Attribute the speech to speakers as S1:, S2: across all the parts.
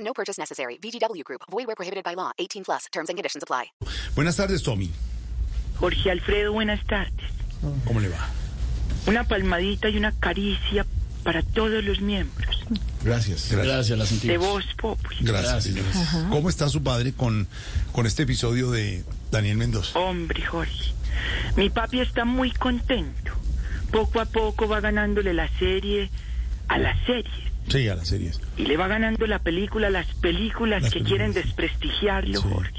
S1: No purchase necessary. VGW Group. Void where prohibited by law. 18 plus. Terms and conditions apply.
S2: Buenas tardes, Tommy.
S3: Jorge Alfredo, buenas tardes.
S2: ¿Cómo le va?
S3: Una palmadita y una caricia para todos los miembros
S2: Gracias. Gracias.
S4: Gracias, la
S3: de
S4: sentimos.
S3: Voz Populi.
S2: Gracias. ¿Cómo está su padre con, con este episodio de Daniel Mendoza?
S3: Hombre, Jorge, mi papi está muy contento. Poco a poco va ganándole la serie a las series.
S2: Sí, a las series.
S3: Y le va ganando la película a las películas
S2: Las
S3: que
S2: películas.
S3: quieren desprestigiarlo,
S2: Sí.
S3: Jorge.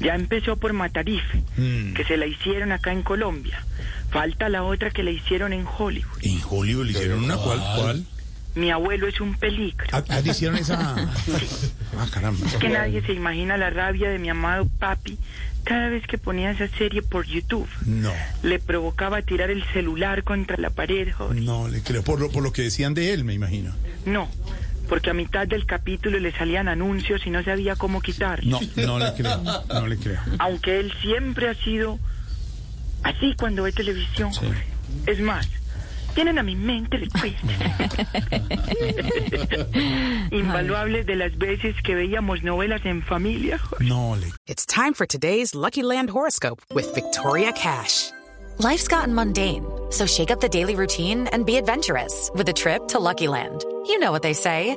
S3: Ya empezó por Matarife,
S2: Mm.
S3: que se la hicieron acá en Colombia. Falta la otra que le hicieron en Hollywood.
S2: En Hollywood le hicieron una. ¿Cuál? ¿Cuál?
S3: Mi abuelo es un peligro.
S2: Ah, ah, le hicieron esa. Ah, caramba.
S3: Es que nadie se imagina la rabia de mi amado papi cada vez que ponía esa serie por YouTube.
S2: No,
S3: Le provocaba tirar el celular contra la pared, Jorge.
S2: no le creo. Por lo, por lo que decían de él, me imagino.
S3: No, porque a mitad del capítulo le salían anuncios y no sabía cómo quitarlos.
S2: No, no le creo. No le creo.
S3: Aunque él siempre ha sido así cuando ve televisión,
S2: Sí.
S3: Jorge. Es más, tienen a mi mente recuerdos. Invaluables de las veces que veíamos novelas en familia, Jorge.
S2: No le
S5: It's time for today's Lucky Land horoscope with Victoria Cash.
S6: Life's gotten mundane, so shake up the daily routine and be adventurous with a trip to Lucky Land. You know what they say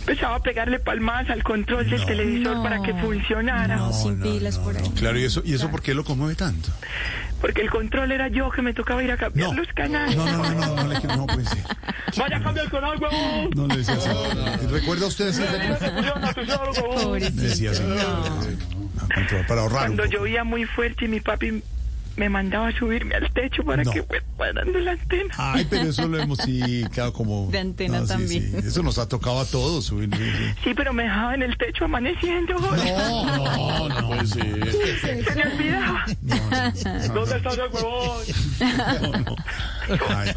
S3: Empezaba a pegarle palmadas al control del
S2: No.
S3: televisor
S7: No.
S3: para que funcionara.
S7: No, sin pilas por ahí.
S2: Claro, ¿y eso, y eso por qué lo conmueve tanto?
S3: Porque el control era yo que me tocaba ir a cambiar
S2: No.
S3: los canales.
S2: No, no, no, no, no, le creo. No puede ser.
S3: Vaya a cambiar el canal, huevón.
S2: No le decía así. ¿Recuerda usted así?
S3: Te pusieron a tu sol, huevón.
S2: Decía así. No, control, para ahorrar. un
S3: Cuando
S2: poco.
S3: llovía muy fuerte y mi papi me mandaba a subirme al techo para
S2: No.
S3: que fuera parando la antena.
S2: Ay, pero eso lo hemos sí, claro, como. Ah,
S7: De antena
S2: sí,
S7: también.
S2: sí. Eso nos ha tocado a todos. subir, sí, sí.
S3: Sí, pero me dejaba en el techo amaneciendo, joder.
S2: No, no, no puede ser.
S3: Se me olvidaba. ¿Dónde estás, huevón?
S2: No, no. Ay,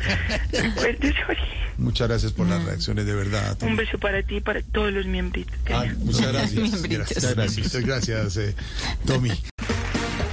S3: Fuerte, sorry.
S2: muchas gracias por las reacciones, de verdad.
S3: Un
S2: Tommy.
S3: beso para ti y para todos los miembritos. que
S2: Ah, muchas gracias.
S7: Miembritos.
S2: Gracias, gracias, gracias eh, Tommy.